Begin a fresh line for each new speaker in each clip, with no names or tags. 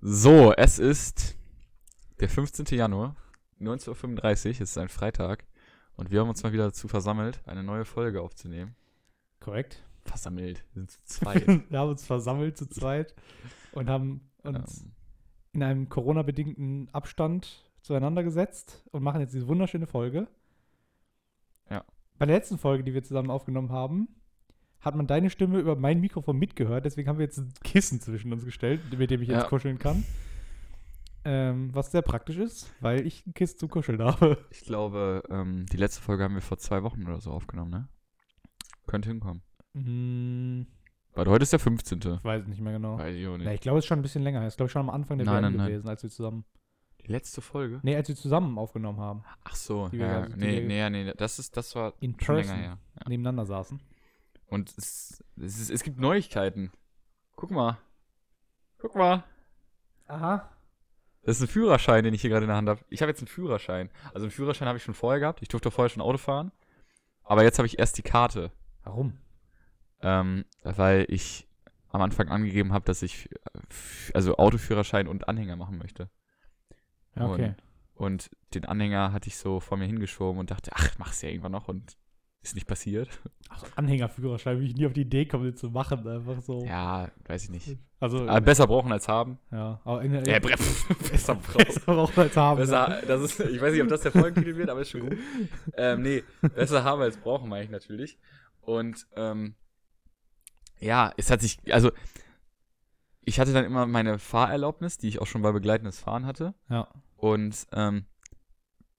So, es ist der 15. Januar, 19.35 Uhr, es ist ein Freitag. Und wir haben uns mal wieder dazu versammelt, eine neue Folge aufzunehmen.
Korrekt.
Versammelt, wir sind zu zweit.
Wir haben uns versammelt zu zweit und haben uns
ähm,
in einem Corona-bedingten Abstand zueinander gesetzt und machen jetzt diese wunderschöne Folge.
Ja.
Bei der letzten Folge, die wir zusammen aufgenommen haben, hat man deine Stimme über mein Mikrofon mitgehört. Deswegen haben wir jetzt ein Kissen zwischen uns gestellt, mit dem ich jetzt
Ja.
kuscheln kann. Ähm, was sehr praktisch ist, weil ich ein Kissen zum Kuscheln habe.
ich glaube, ähm, die letzte Folge haben wir vor zwei Wochen oder so aufgenommen, ne? Könnte hinkommen.
Hm,
Weil heute ist der 15.
ich weiß es nicht mehr genau.
Mhm. Weiß ich auch
Na,
nicht.
ich glaube, es ist schon ein bisschen länger. Es ist, glaube ich, schon am Anfang der
Nein,
WM
nein, nein.
gewesen, als wir zusammen.
Die letzte Folge?
Nee, als wir zusammen aufgenommen haben.
Ach so,
Die wir-
ja,
also die
nee,
wir-
nee, nee, das ist, das war
In
schon länger
person
her. Ja.
nebeneinander saßen.
Und es, es, ist, es gibt Neuigkeiten. Guck mal. Guck mal.
Aha.
Das ist ein Führerschein, den ich hier gerade in der Hand habe. Ich habe jetzt einen Führerschein. Also einen Führerschein habe ich schon vorher gehabt. Ich durfte auch vorher schon Auto fahren. Aber jetzt habe ich erst die Karte.
Warum?
Ähm, weil ich am Anfang angegeben habe, dass ich äh, f- also Autoführerschein und Anhänger machen möchte.
Ja, okay.
Und den Anhänger hatte ich so vor mir hingeschoben und dachte, ach, mach's ja irgendwann noch und ist nicht passiert.
Ach, so, Anhängerführerschein, wie ich nie auf die Idee komme, den zu machen. Einfach so.
Ja, weiß ich nicht. Ah,
Also,
Aber besser brauchen als haben.
ja. Aber in der,
Äh, bre- besser brauchen.
besser auch als haben. ne?
Besser, das ist, ich weiß nicht, ob das der Folgentitel wird, aber ist schon gut. Ähm, nee, besser haben als brauchen, meine ich natürlich. Und ähm, ja, es hat sich, also ich hatte dann immer meine Fahrerlaubnis, die ich auch schon bei begleitendes Fahren hatte.
Ja.
Und ähm,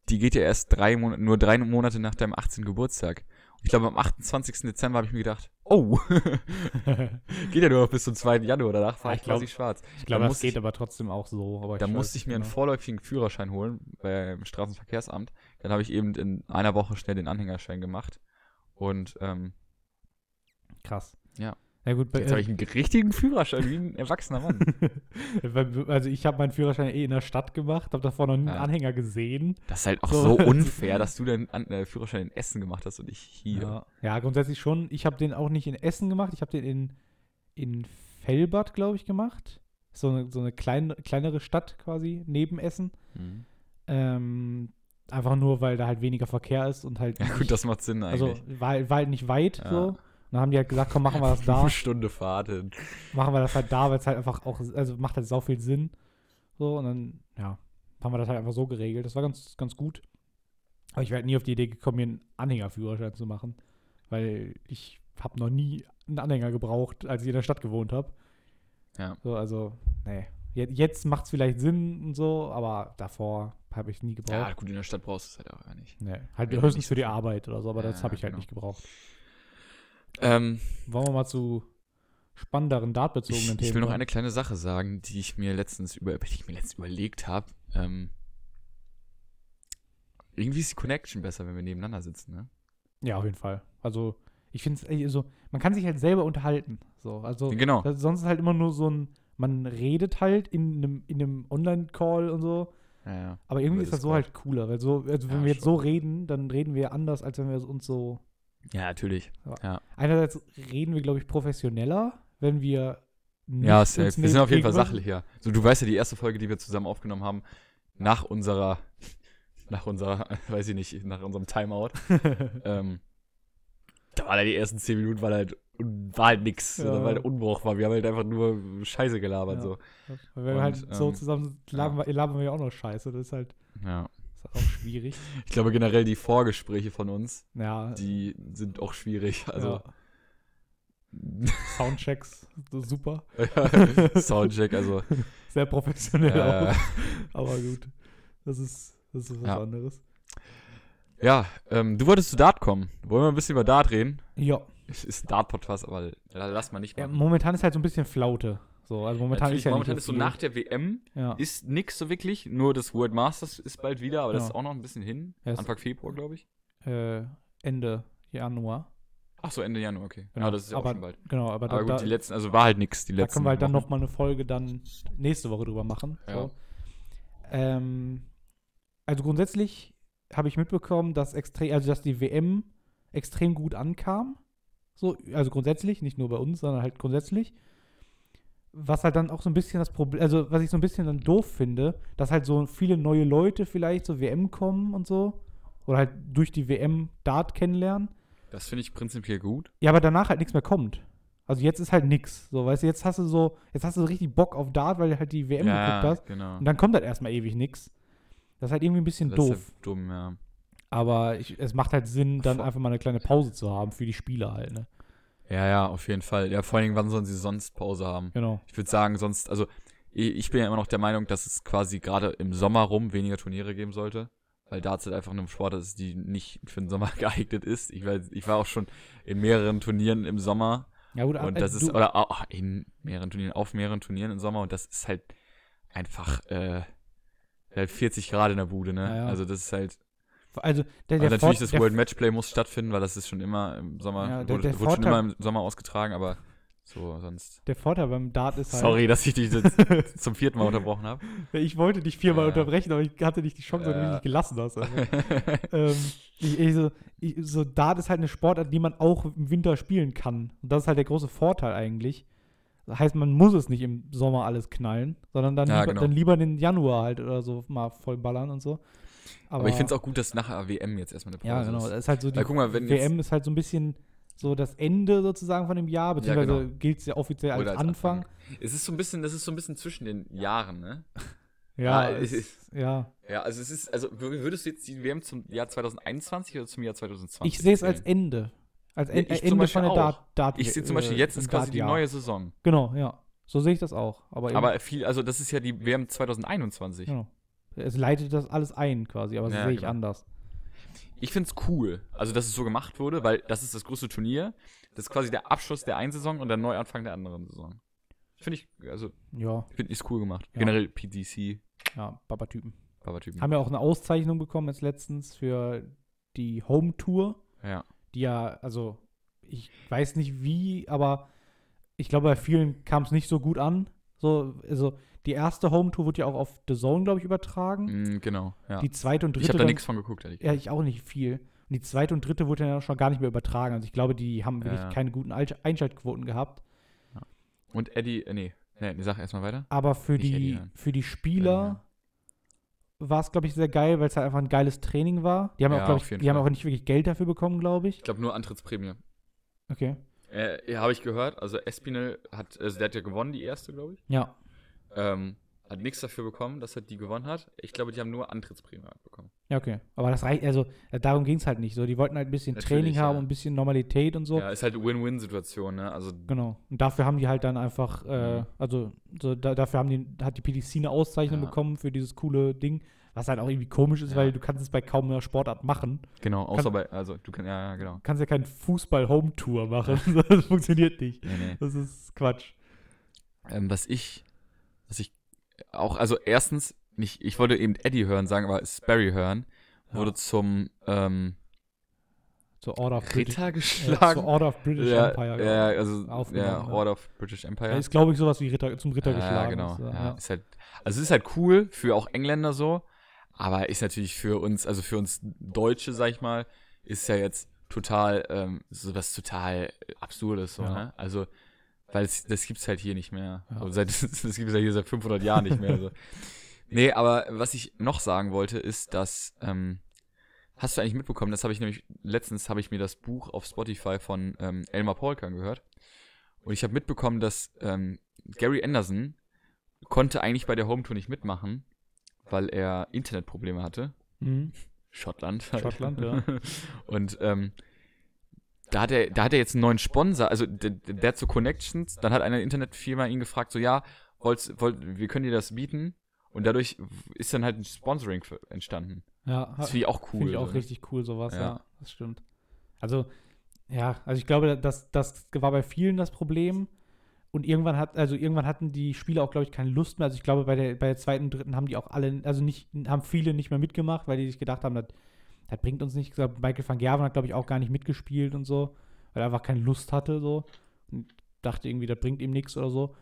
die geht ja erst drei Monate, nur drei Monate nach deinem 18. Geburtstag. Und ich glaube, am 28. Dezember habe ich mir gedacht, oh, geht ja nur noch bis zum 2. Januar, danach fahre
Ja,
ich
ich glaub-
quasi schwarz.
ich glaube,
Da
das
muss
geht
ich-
aber trotzdem auch so. Aber
Da
weiß
musste ich mir
nicht
einen
genau.
vorläufigen Führerschein holen beim Straßenverkehrsamt. Dann habe ich eben in einer Woche schnell den Anhängerschein gemacht. Und ähm,
Krass.
Ja.
Ja, gut. Bei,
jetzt habe ich einen richtigen Führerschein wie ein erwachsener Mann.
bei- also, ich habe meinen Führerschein eh in der Stadt gemacht, habe davor noch nie einen
Ja.
Anhänger gesehen.
Das ist halt auch so
So.
unfair, dass du deinen An äh, Führerschein in Essen gemacht hast und ich hier.
Ja, ja grundsätzlich schon. Ich habe den auch nicht in Essen gemacht. Ich habe den in, in Fellbad, glaube ich, gemacht. So eine, so eine klein, kleinere Stadt quasi neben Essen.
Mhm.
Ähm, einfach nur, weil da halt weniger Verkehr ist und halt.
Ja gut,
nicht-
das macht Sinn
also
eigentlich.
war, war halt nicht weit
Ja.
so. Und dann haben die halt gesagt, komm, machen wir das da.
Fünf Stunde Fahrt hin.
machen wir das halt da, weil es halt einfach auch, also macht halt sau viel Sinn. So, und dann, ja, haben wir das halt einfach so geregelt. Das war ganz, ganz gut. Aber ich wäre halt nie auf die Idee gekommen, mir einen Anhängerführerschein zu machen, weil ich habe noch nie einen Anhänger gebraucht, als ich in der Stadt gewohnt habe.
Ja.
So, also, nee. Je- Jetzt macht es vielleicht Sinn und so, aber davor habe ich nie
Ja,
gebraucht.
gut, in der Stadt brauchst du es halt auch gar nicht.
Nee, halt
Ja,
höchstens
nicht
für die Arbeit oder so, aber
Ja,
das habe ich halt
genau.
nicht gebraucht.
Ähm,
Wollen wir mal zu spannenderen,
ich,
dartbezogenen Themen ne?
ich will noch
kommen?
eine kleine Sache sagen, die ich mir letztens, über, die ich mir letztens überlegt habe. Ähm, irgendwie ist die Connection besser, wenn wir nebeneinander sitzen, ne?
Ja, auf jeden Fall. Also, ich finde es, also, man kann sich halt selber unterhalten. So, also,
Genau.
das, sonst ist halt immer nur so ein, man redet halt in einem, in einem Online-Call und so.
Ja, ja.
Aber
Über
irgendwie ist das so
Discord.
halt cooler, weil so, also, wenn
Ja,
wir jetzt
schon.
so reden, dann reden wir anders, als wenn wir uns so.
ja natürlich.
Einerseits reden wir, glaube ich, professioneller, wenn wir.
Ja,
nicht
safe.
uns
Wir sind auf jeden Fall
gegenüber-
sachlicher. So, du weißt ja, die erste Folge, die wir zusammen aufgenommen haben, nach unserer, nach unserer, weiß ich nicht, nach unserem Timeout, ähm, da waren halt die ersten zehn Minuten, waren halt, war halt nix.
Ja.
Da war halt unbrauchbar. Wir haben halt einfach nur Scheiße gelabert,
Ja.
so.
Weil wenn wir halt
Und,
so
ähm,
zusammen labern, wir- labern wir ja auch noch Scheiße. Das ist halt,
Ja.
ist halt auch schwierig.
Ich glaube generell die Vorgespräche von uns,
Ja,
die sind auch schwierig. Also
ja. Soundchecks, so super.
Soundcheck, also
Sehr professionell
äh,
auch. Aber gut, das ist, das ist was
Ja.
anderes.
ja. Ähm, du wolltest zu Dart kommen. Wollen wir ein bisschen über Dart reden?
Ja.
Es ist ein Dart-Podcast, aber la- lass mal nicht
ja,
machen.
momentan ist halt so ein bisschen Flaute. So, also momentan
Natürlich,
ist ja
momentan
nicht
ist so nach der WM
viel. ja.
ist nix so wirklich. Nur das World Masters ist bald wieder, aber das
Ja.
ist auch noch ein bisschen hin.
Ja, ist-
Anfang Februar, glaube ich.
äh, Ende Januar.
Ach so, Ende Januar, okay.
Genau,
Ja, das ist ja auch
aber
schon bald.
Genau,
Aber
aber, da,
gut, die
da,
letzten, also war halt nix, die
da
letzten.
können wir halt dann
Wochen.
nochmal eine Folge dann nächste Woche drüber machen.
Ja.
So. Ähm, also grundsätzlich habe ich mitbekommen, dass extrem, also dass die WM extrem gut ankam. So, also grundsätzlich, nicht nur bei uns, sondern halt grundsätzlich. was halt dann auch so ein bisschen das Problem, also was ich so ein bisschen dann doof finde, dass halt so viele neue Leute vielleicht zur WM kommen und so. Oder halt durch die WM Dart kennenlernen.
Das finde ich prinzipiell gut.
Ja, aber danach halt nichts mehr kommt. Also jetzt ist halt nix. So, weißt du, jetzt hast du so, jetzt hast du so richtig Bock auf Dart, weil du halt die WM geguckt hast.
genau.
Und dann kommt halt erstmal ewig nix. Das ist halt irgendwie ein bisschen
Das ist ja
doof.
dumm, ja.
Aber ich, es macht halt Sinn, dann
Vor-
einfach mal eine kleine Pause zu haben für die Spieler halt, ne?
Ja, ja, auf jeden Fall. Ja, vor allen Dingen, wann sollen sie sonst Pause haben?
Genau.
Ich würde sagen, sonst, also i- ich bin ja immer noch der Meinung, dass es quasi gerade im Sommer rum weniger Turniere geben sollte. Weil Darts halt einfach eine Sportart ist, die nicht für den Sommer geeignet ist. Ich, weiß, ich war auch schon in mehreren Turnieren im Sommer
Ja, gut,
und
äh,
das ist,
du-
oder auch in mehreren Turnieren, auf mehreren Turnieren im Sommer und das ist halt einfach äh, halt 40 Grad in der Bude, ne?
Ja, ja.
Also das ist halt.
also der,
Aber
der
natürlich
Vor-
das
der-
World Matchplay muss stattfinden, weil das ist schon immer im Sommer,
Ja, der-
wurde,
der
wurde schon
Vorteil-
immer im Sommer ausgetragen, aber so sonst.
Der Vorteil beim Dart ist halt.
Sorry, dass ich dich jetzt zum vierten Mal unterbrochen habe.
Ich wollte dich viermal
Ja.
unterbrechen, aber ich hatte nicht die Chance, weil du mich
Ja.
nicht gelassen hast. Also, ähm, ich, ich so, ich, so, Dart ist halt eine Sportart, die man auch im Winter spielen kann. Und das ist halt der große Vorteil eigentlich. Das heißt, man muss es nicht im Sommer alles knallen, sondern dann,
Ja,
lieber,
genau.
dann lieber den Januar halt oder so mal vollballern und so.
Aber ich finde es auch gut, dass nach der WM jetzt erstmal eine Pause
Ja, genau.
ist.
Das ist halt so die
Weil guck mal, wenn jetzt,
WM ist halt so ein bisschen so das Ende sozusagen von dem Jahr, beziehungsweise
genau.
gilt es ja offiziell als,
Oder als
Anfang.
es ist so ein bisschen, das ist so ein bisschen zwischen den Jahren, ne?
Ja,
Ah,
es,
es
ja.
Ja, also es ist, also wür- würdest du jetzt die WM zum Jahr 2021 oder zum Jahr 2020?
Ich sehe es als
zählen?
Ende. Als
Ja,
en
ich zum
Ende
Beispiel
von der
auch.
Dart, Dart
Ich sehe zum
äh,
Beispiel jetzt
vom
ist quasi die
Dartjahr.
neue Saison.
Genau, ja. So sehe ich das auch. Aber, eben-
Aber viel, also das ist ja die WM 2021.
genau. es leitet das alles ein quasi, aber das
Ja,
sehe ich
genau.
anders.
Ich find's cool, also dass es so gemacht wurde, weil das ist das größte Turnier. Das ist quasi der Abschluss der einen Saison und der Neuanfang der anderen Saison. Finde ich, also
Ja,
finde ich cool gemacht.
Ja.
Generell PDC,
ja, Babatypen.
Papa-Typen.
Haben ja auch eine Auszeichnung bekommen jetzt letztens für die Home Tour,
Ja.
die ja, also ich weiß nicht wie, aber ich glaube, bei vielen kam es nicht so gut an. So, also die erste Home Tour wurde ja auch auf The Zone, glaube ich, übertragen.
Mm, genau, ja.
Die zweite und dritte.
Ich habe da
dann-
nichts von geguckt, ehrlich.
Ja, ich auch nicht viel. Und die zweite und dritte wurde ja schon gar nicht mehr übertragen. Also ich glaube, die haben wirklich
Ja.
keine guten Alt- Einschaltquoten gehabt.
Und Eddie, äh, nee, nee, nee, sag erstmal weiter.
Aber für
Nicht
die,
Eddie,
für die Spieler war es, glaube ich, sehr geil, weil es halt einfach ein geiles Training war. Die haben
Ja,
auch, glaube
auf
ich,
jeden
die haben
Fall.
auch nicht wirklich Geld dafür bekommen, glaube ich.
Ich glaube nur Antrittsprämie.
Okay.
Äh, habe ich gehört, also Espinel hat, also der hat ja gewonnen, die erste, glaube ich.
Ja.
Ähm, hat nichts dafür bekommen, dass er die gewonnen hat. Ich glaube, die haben nur Antrittsprämie bekommen.
Ja, okay. Aber das reicht, also äh, darum ging es halt nicht. So, die wollten halt ein bisschen
Natürlich,
Training haben
ja.
und ein bisschen Normalität und so.
Ja, ist halt Win-Win-Situation, ne? Also
Genau. Und dafür haben die halt dann einfach, äh,
Mhm.
also so, da, dafür haben die, hat die PDC eine Auszeichnung
Ja.
bekommen für dieses coole Ding, was halt auch irgendwie komisch ist,
Ja.
weil du kannst es bei kaum einer Sportart machen.
Genau,
Kann-
außer bei, also du kannst, ja, ja, genau.
Du kannst ja keinen Fußball-Home-Tour machen. das funktioniert nicht.
Nee, nee.
Das ist Quatsch.
Ähm, was ich, was ich auch, also erstens, nicht, ich wollte eben Eddie hören sagen, aber Sperry hören,
Ja.
wurde zum ähm,
Zur Order of British,
Ritter
ja, zur
geschlagen.
Order of British
Ja,
Empire. genau.
ja, also
Aufgenommen,
ja,
ja.
Order of British
Er
Empire.
Ist, glaube ich, sowas wie Ritter, zum Ritter
Ja,
geschlagen.
genau.
ist,
ja,
ja.
Ist halt, also es ist halt cool für auch Engländer so, aber ist natürlich für uns, also für uns Deutsche, sag ich mal, ist ja jetzt total, ähm, so was total Absurdes, so,
Ja.
ne? Also, weil es, das gibt's halt hier nicht mehr.
Ja.
Also seit, das gibt's ja hier seit 500 Jahren nicht mehr. So. nee, aber was ich noch sagen wollte, ist, dass, ähm, hast du eigentlich mitbekommen, das habe ich nämlich, letztens habe ich mir das Buch auf Spotify von ähm, Elmar Polk angehört. Und ich habe mitbekommen, dass ähm, Gary Anderson konnte eigentlich bei der Home Tour nicht mitmachen, weil er Internetprobleme hatte.
Mhm.
Schottland. halt.
Schottland, ja.
Und ähm, da hat, er, da hat er jetzt einen neuen Sponsor, also der, der hat so Connections, dann hat eine Internetfirma ihn gefragt, so ja, wollt's, wollt, wir können dir das bieten. Und dadurch ist dann halt ein Sponsoring für, entstanden.
Ja,
Das finde ich auch cool.
Finde ich
so.
auch richtig cool, sowas, ja.
Ja.
das stimmt. Also, ja, also ich glaube, das, das war bei vielen das Problem. Und irgendwann hat, also irgendwann hatten die Spieler auch, glaube ich, keine Lust mehr. Also ich glaube, bei der, bei der zweiten, dritten haben die auch alle, also nicht, haben viele nicht mehr mitgemacht, weil die sich gedacht haben, das, das bringt uns nichts. Ich glaube, Michael van Gerven hat, glaube ich, auch gar nicht mitgespielt und so, weil er einfach keine Lust hatte so. Und dachte irgendwie, das bringt ihm nichts oder so.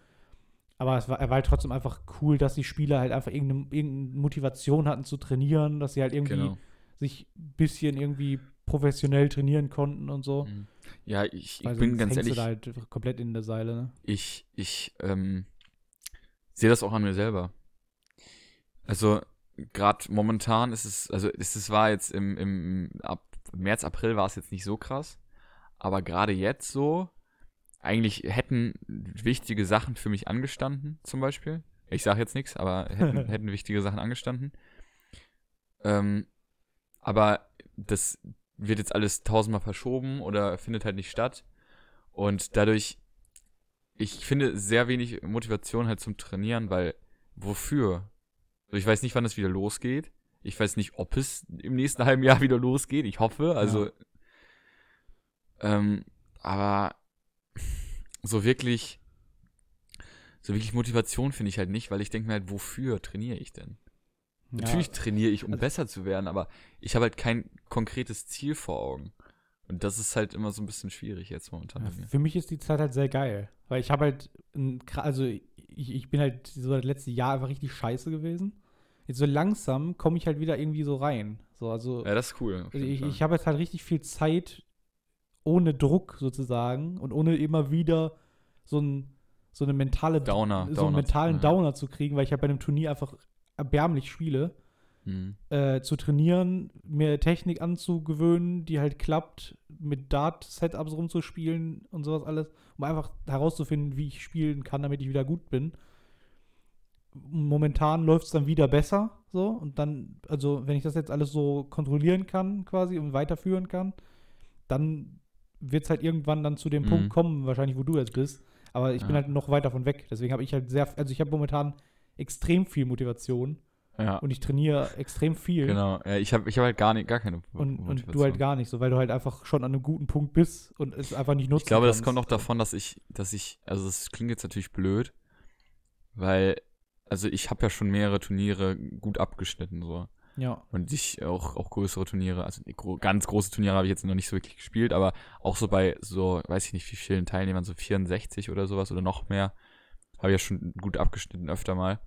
Aber es war, er war halt trotzdem einfach cool, dass die Spieler halt einfach irgendeine, irgendeine Motivation hatten zu trainieren, dass sie halt irgendwie
Genau.
sich ein bisschen irgendwie professionell trainieren konnten und so.
Mhm. Ja, ich,
Weil
ich bin
sonst
ganz
hängst
ehrlich,
du da halt komplett in der Seile, ne?
ich, ich, ähm, sehe das auch an mir selber. Also, gerade momentan ist es, also ist es war jetzt im, im ab, März, April war es jetzt nicht so krass, aber gerade jetzt so, eigentlich hätten wichtige Sachen für mich angestanden, zum Beispiel. Ich sage jetzt nichts, aber hätten, hätten wichtige Sachen angestanden. Ähm, aber das wird jetzt alles tausendmal verschoben oder findet halt nicht statt. Und dadurch, ich finde sehr wenig Motivation halt zum Trainieren, weil wofür? Also ich weiß nicht, wann das wieder losgeht. Ich weiß nicht, ob es im nächsten halben Jahr wieder losgeht. Ich hoffe. Also,
Ja.
ähm, aber so wirklich, so wirklich Motivation finde ich halt nicht, weil ich denke mir halt, wofür trainiere ich denn? Natürlich trainiere ich, um
Also-
besser zu werden, aber ich habe halt kein konkretes Ziel vor Augen. Und das ist halt immer so ein bisschen schwierig jetzt momentan
Ja,
bei mir.
für mich ist die Zeit halt sehr geil, weil ich habe halt, ein, kra- also ich, ich bin halt so das letzte Jahr einfach richtig scheiße gewesen. Jetzt so langsam komme ich halt wieder irgendwie so rein. So, also
Ja, das ist cool. auf
also
jeden
ich,
Fall.
ich habe jetzt halt richtig viel Zeit ohne Druck sozusagen und ohne immer wieder so, ein, so eine mentale
Downer,
so einen
Downer zu-
mentalen
ja.
Downer zu kriegen, weil ich ja bei einem Turnier einfach erbärmlich spiele
Mhm.
äh, zu trainieren, mir Technik anzugewöhnen, die halt klappt, mit Dart-Setups rumzuspielen und sowas alles, um einfach herauszufinden, wie ich spielen kann, damit ich wieder gut bin. Momentan läuft es dann wieder besser, so und dann, also wenn ich das jetzt alles so kontrollieren kann, quasi und weiterführen kann, dann wird es halt irgendwann dann zu dem
Mhm.
Punkt kommen, wahrscheinlich, wo du jetzt bist. Aber ich bin
Ja.
halt noch weit davon weg. Deswegen habe ich halt sehr, also ich habe momentan extrem viel Motivation
Ja,
und ich trainiere extrem viel.
genau. Ja, ich habe ich hab halt gar, nicht, gar keine
Und, und du
Motivation.
halt gar nicht, so weil du halt einfach schon an einem guten Punkt bist und es einfach nicht nutzen
Ich glaube, das
kannst.
kommt auch davon, dass ich, dass ich, also das klingt jetzt natürlich blöd, weil, also ich habe ja schon mehrere Turniere gut abgeschnitten so.
Ja,
Und ich auch, auch größere Turniere, also die gro ganz große Turniere habe ich jetzt noch nicht so wirklich gespielt, aber auch so bei so, weiß ich nicht, wie vielen Teilnehmern, so 64 oder sowas oder noch mehr, habe ich ja schon gut abgeschnitten öfter mal.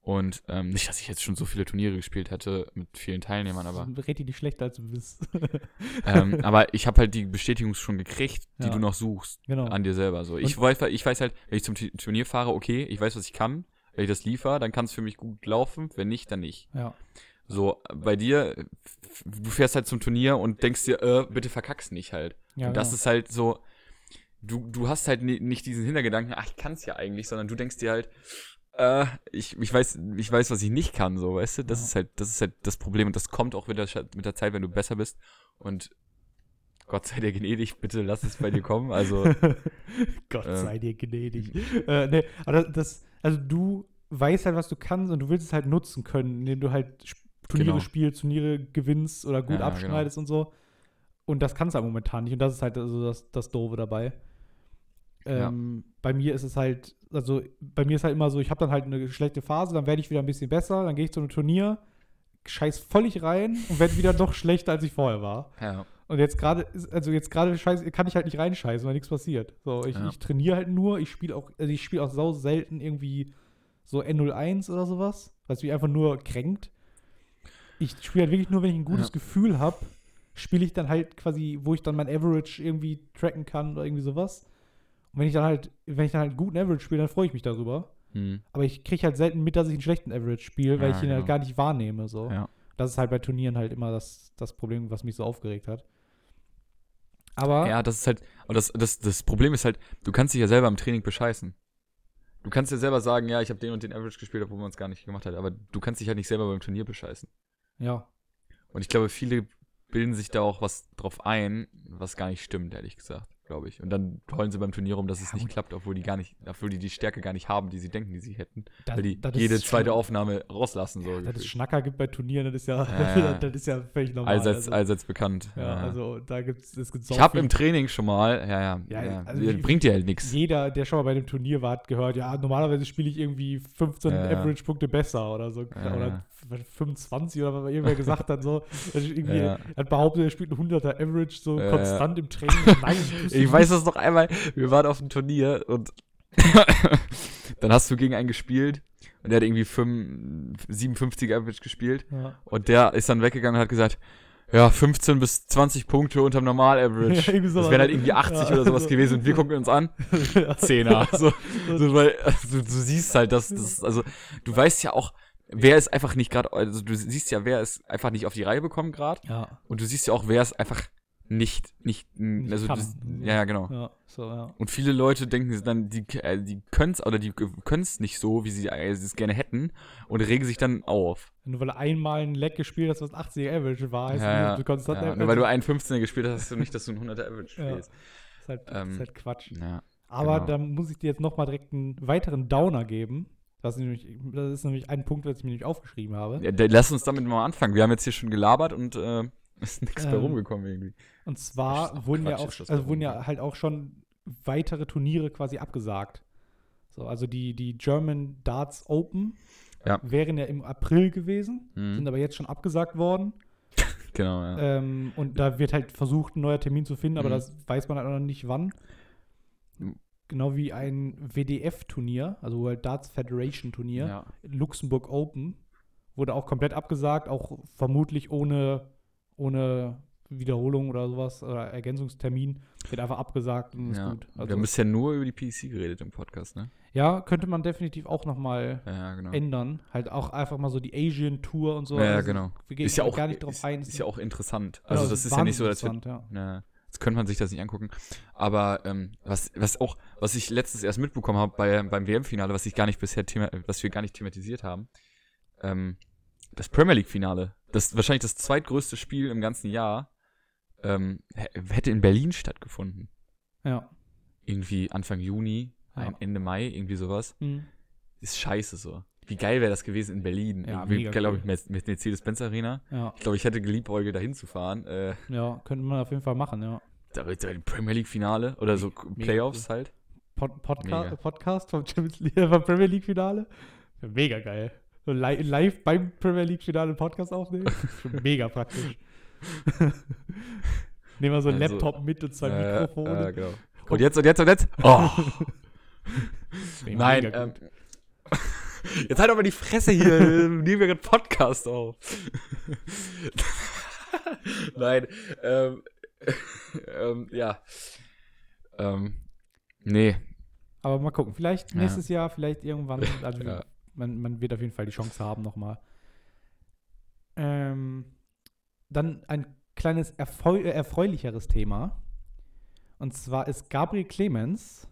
Und ähm, nicht, dass ich jetzt schon so viele Turniere gespielt hätte mit vielen Teilnehmern, aber
Red dich nicht schlechter, als du bist.
ähm, aber ich habe halt die Bestätigung schon gekriegt, die
Ja.
du noch suchst
genau.
an dir selber. So. Ich, weiß, ich weiß halt, wenn ich zum Tu- Turnier fahre, okay, ich weiß, was ich kann. Wenn ich das liefere, dann kann es für mich gut laufen. Wenn nicht, dann nicht.
ja.
So, bei dir, f- du fährst halt zum Turnier und denkst dir, äh, bitte verkack's nicht halt.
ja
und das
genau.
ist halt so, du, du hast halt ni- nicht diesen Hintergedanken, ach, ich kann's ja eigentlich, sondern du denkst dir halt, äh, ich, ich weiß, ich weiß, was ich nicht kann, so, weißt du? Das
Ja.
ist halt, das ist halt das Problem und das kommt auch wieder scha- mit der Zeit, wenn du besser bist. Und Gott sei dir gnädig, bitte lass es bei dir kommen. Also,
Gott
äh,
sei dir gnädig. äh, nee, aber das, also du weißt halt, was du kannst und du willst es halt nutzen können, indem du halt Sp- Turniere
Genau.
spielst, Turniere gewinnst oder gut
Ja, genau. ja,
abschneidest und so. Und das kannst du halt momentan nicht. Und das ist halt also das, das Doofe dabei.
Ja.
Ähm, Bei mir ist es halt, also bei mir ist halt immer so, ich habe dann halt eine schlechte Phase, dann werde ich wieder ein bisschen besser, dann gehe ich zu einem Turnier, scheiß völlig rein und werde wieder noch schlechter, als ich vorher war.
ja.
Und jetzt gerade, ist- also jetzt gerade scheiß- kann ich halt nicht reinscheißen, weil nichts passiert. So, ich,
Ja.
ich trainiere halt nur, ich spiele auch, also ich spiele auch sau selten irgendwie so N01 oder sowas, was mich einfach nur kränkt. Ich spiele halt wirklich nur, wenn ich ein gutes
Ja.
Gefühl habe, spiele ich dann halt quasi, wo ich dann mein Average irgendwie tracken kann oder irgendwie sowas. Und wenn ich dann halt, wenn ich dann halt einen guten Average spiele, dann freue ich mich darüber.
Hm.
Aber ich kriege halt selten mit, dass ich einen schlechten Average spiele, weil
Ja,
ich ihn halt
genau.
gar nicht wahrnehme. So.
Ja.
Das ist halt bei Turnieren halt immer das, das Problem, was mich so aufgeregt hat. Aber
Ja, das ist halt, und das, das, das Problem ist halt, du kannst dich ja selber im Training bescheißen. Du kannst dir selber sagen, ja, ich habe den und den Average gespielt, obwohl man es gar nicht gemacht hat, aber du kannst dich halt nicht selber beim Turnier bescheißen.
ja,
Und ich glaube, viele bilden sich da auch was drauf ein, was gar nicht stimmt, ehrlich gesagt, glaube ich. Und dann heulen sie beim Turnier rum, dass es nicht klappt, obwohl die gar nicht, obwohl die die Stärke gar nicht haben, die sie denken, die sie hätten,
das,
weil die
das ist
jede zweite
Schna-
Aufnahme rauslassen sollen.
Dass es Schnacker gibt bei Turnieren, das ist ja,
Ja, ja.
das ist ja völlig normal.
allseits,
also,
allseits bekannt.
ja, also da gibt es gibt so
ich habe
viel-
im Training schon mal, ja, ja,
Ja,
ja,
also wie-
bringt dir halt nichts.
jeder, der schon mal bei dem Turnier war, hat gehört, ja, normalerweise spiele ich irgendwie 15
Ja, ja.
Average-Punkte besser oder so.
Ja,
oder
ja.
25 oder was irgendwer gesagt hat, so. Das ist irgendwie,
Ja.
hat behauptet, er spielt einen 100er Average so
Ja, ja.
konstant im Training. Nein, tust du
Ich weiß das noch einmal. Wir waren auf dem Turnier und dann hast du gegen einen gespielt und der hat irgendwie 5, 57 Average gespielt
nicht. Ja.
und der ist dann weggegangen und hat gesagt, ja, 15 bis 20 Punkte unterm Normal-Average.
irgendwie
das
sowas.
wären halt irgendwie 80
Ja,
oder sowas
so.
gewesen. Und wir gucken uns an,
Ja.
Zehner. So,
So-
so, weil, also, du siehst halt, dass das, also du weißt ja auch, wer ist einfach nicht gerade, also du siehst ja, wer ist einfach nicht auf die Reihe bekommen gerade.
Ja,
Und du siehst ja auch, wer es einfach nicht, nicht,
Nicht
also
kann.
du, ja, ja, genau.
ja, so, ja.
Und viele Leute denken dann, die, äh, die können es oder die können es nicht so, wie sie äh, sie es gerne hätten und regen sich dann auf.
Nur weil du einmal ein Leck gespielt hast, was 80er Average war, heißt
Ja,
nicht,
ja,
ob du konstant
ja,
Average
nur weil du einen 15er gespielt hast, hast du nicht, dass du einen 100er Average
Ja.
spielst.
ist, halt,
ähm,
ist halt Quatsch.
Ja.
Aber
genau.
dann muss ich dir jetzt nochmal direkt einen weiteren Downer geben. Das ist nämlich, das ist nämlich ein Punkt, was ich mir nicht aufgeschrieben habe.
Ja, dann lass uns damit mal anfangen. Wir haben jetzt hier schon gelabert und äh, ist nichts bei
Ähm,
rumgekommen irgendwie.
Und
Das ist
zwar
auch
wurden ja
Quatsch,
auch,
ist das
also wurden
irgendwie.
ja halt auch schon weitere Turniere quasi abgesagt. So, also die, die German Darts Open
Ja.
wären ja im April gewesen,
Mhm.
sind aber jetzt schon abgesagt worden.
Genau, ja.
Ähm, und da wird halt versucht, einen neuen Termin zu finden, aber
Mhm.
das weiß man halt noch nicht wann.
Mhm.
Genau wie ein WDF-Turnier, also World Darts Federation Turnier,
ja.
Luxemburg Open, wurde auch komplett abgesagt, auch vermutlich ohne, ohne Wiederholung oder sowas, oder Ergänzungstermin, wird einfach abgesagt und ist
ja.
gut.
Wir
Also,
haben bisher nur über die PC geredet im Podcast, ne?
ja, könnte man definitiv auch nochmal
Ja, ja genau.
ändern. Halt auch einfach mal so die Asian Tour und so.
ja, ja,
Also,
genau.
Wir gehen
ist ja auch
gar nicht drauf
ist,
ein.
Ist ja auch interessant.
Genau,
Also das ist ja nicht so, dass wir
wahnsinnig interessant,
Na, Ne, jetzt könnte man sich das nicht angucken. Aber ähm, was, was auch, was ich letztens erst mitbekommen habe bei, beim WM-Finale, was ich gar nicht bisher thema was wir gar nicht thematisiert haben, ähm, das Premier League-Finale. Das wahrscheinlich das zweitgrößte Spiel im ganzen Jahr ähm, h- hätte in Berlin stattgefunden.
ja. ja.
Irgendwie Anfang Juni,
Ja.
ein- Ende Mai, irgendwie sowas.
Hm.
Ist scheiße so. Wie geil wäre das gewesen in Berlin?
Ja,
irgendwie,
mega
glaube
cool.
ich, mit mit Mercedes-Benz Arena.
Ja,
Ich glaube, ich hätte geliebäugelt, dahin zu fahren. Äh,
ja, könnte man auf jeden Fall machen, ja.
da wird ja die Premier League Finale oder so Playoffs halt.
Pod
Mega.
Podca Podcast vom, Champions League, vom Premier League Finale. Wär Mega geil. So li live beim Premier League Finale einen Podcast aufnehmen. Schon Mega praktisch. Nehmen wir so einen
Also,
Laptop mit und zwei
Äh,
Mikrofone.
äh, genau. Und jetzt und jetzt und jetzt. Oh,
Wär
nein.
mega
Ähm,
gut.
jetzt halt aber die Fresse hier. Nehmen wir gerade Podcast auf. nein. Ähm, ähm, ja. Ähm, nee.
Aber mal gucken. Vielleicht
Ja.
nächstes Jahr, vielleicht irgendwann. Also
Ja.
man, man wird auf jeden Fall die Chance haben nochmal. Ähm, dann ein kleines erfreu äh, erfreulicheres Thema. Und zwar ist Gabriel Clemens,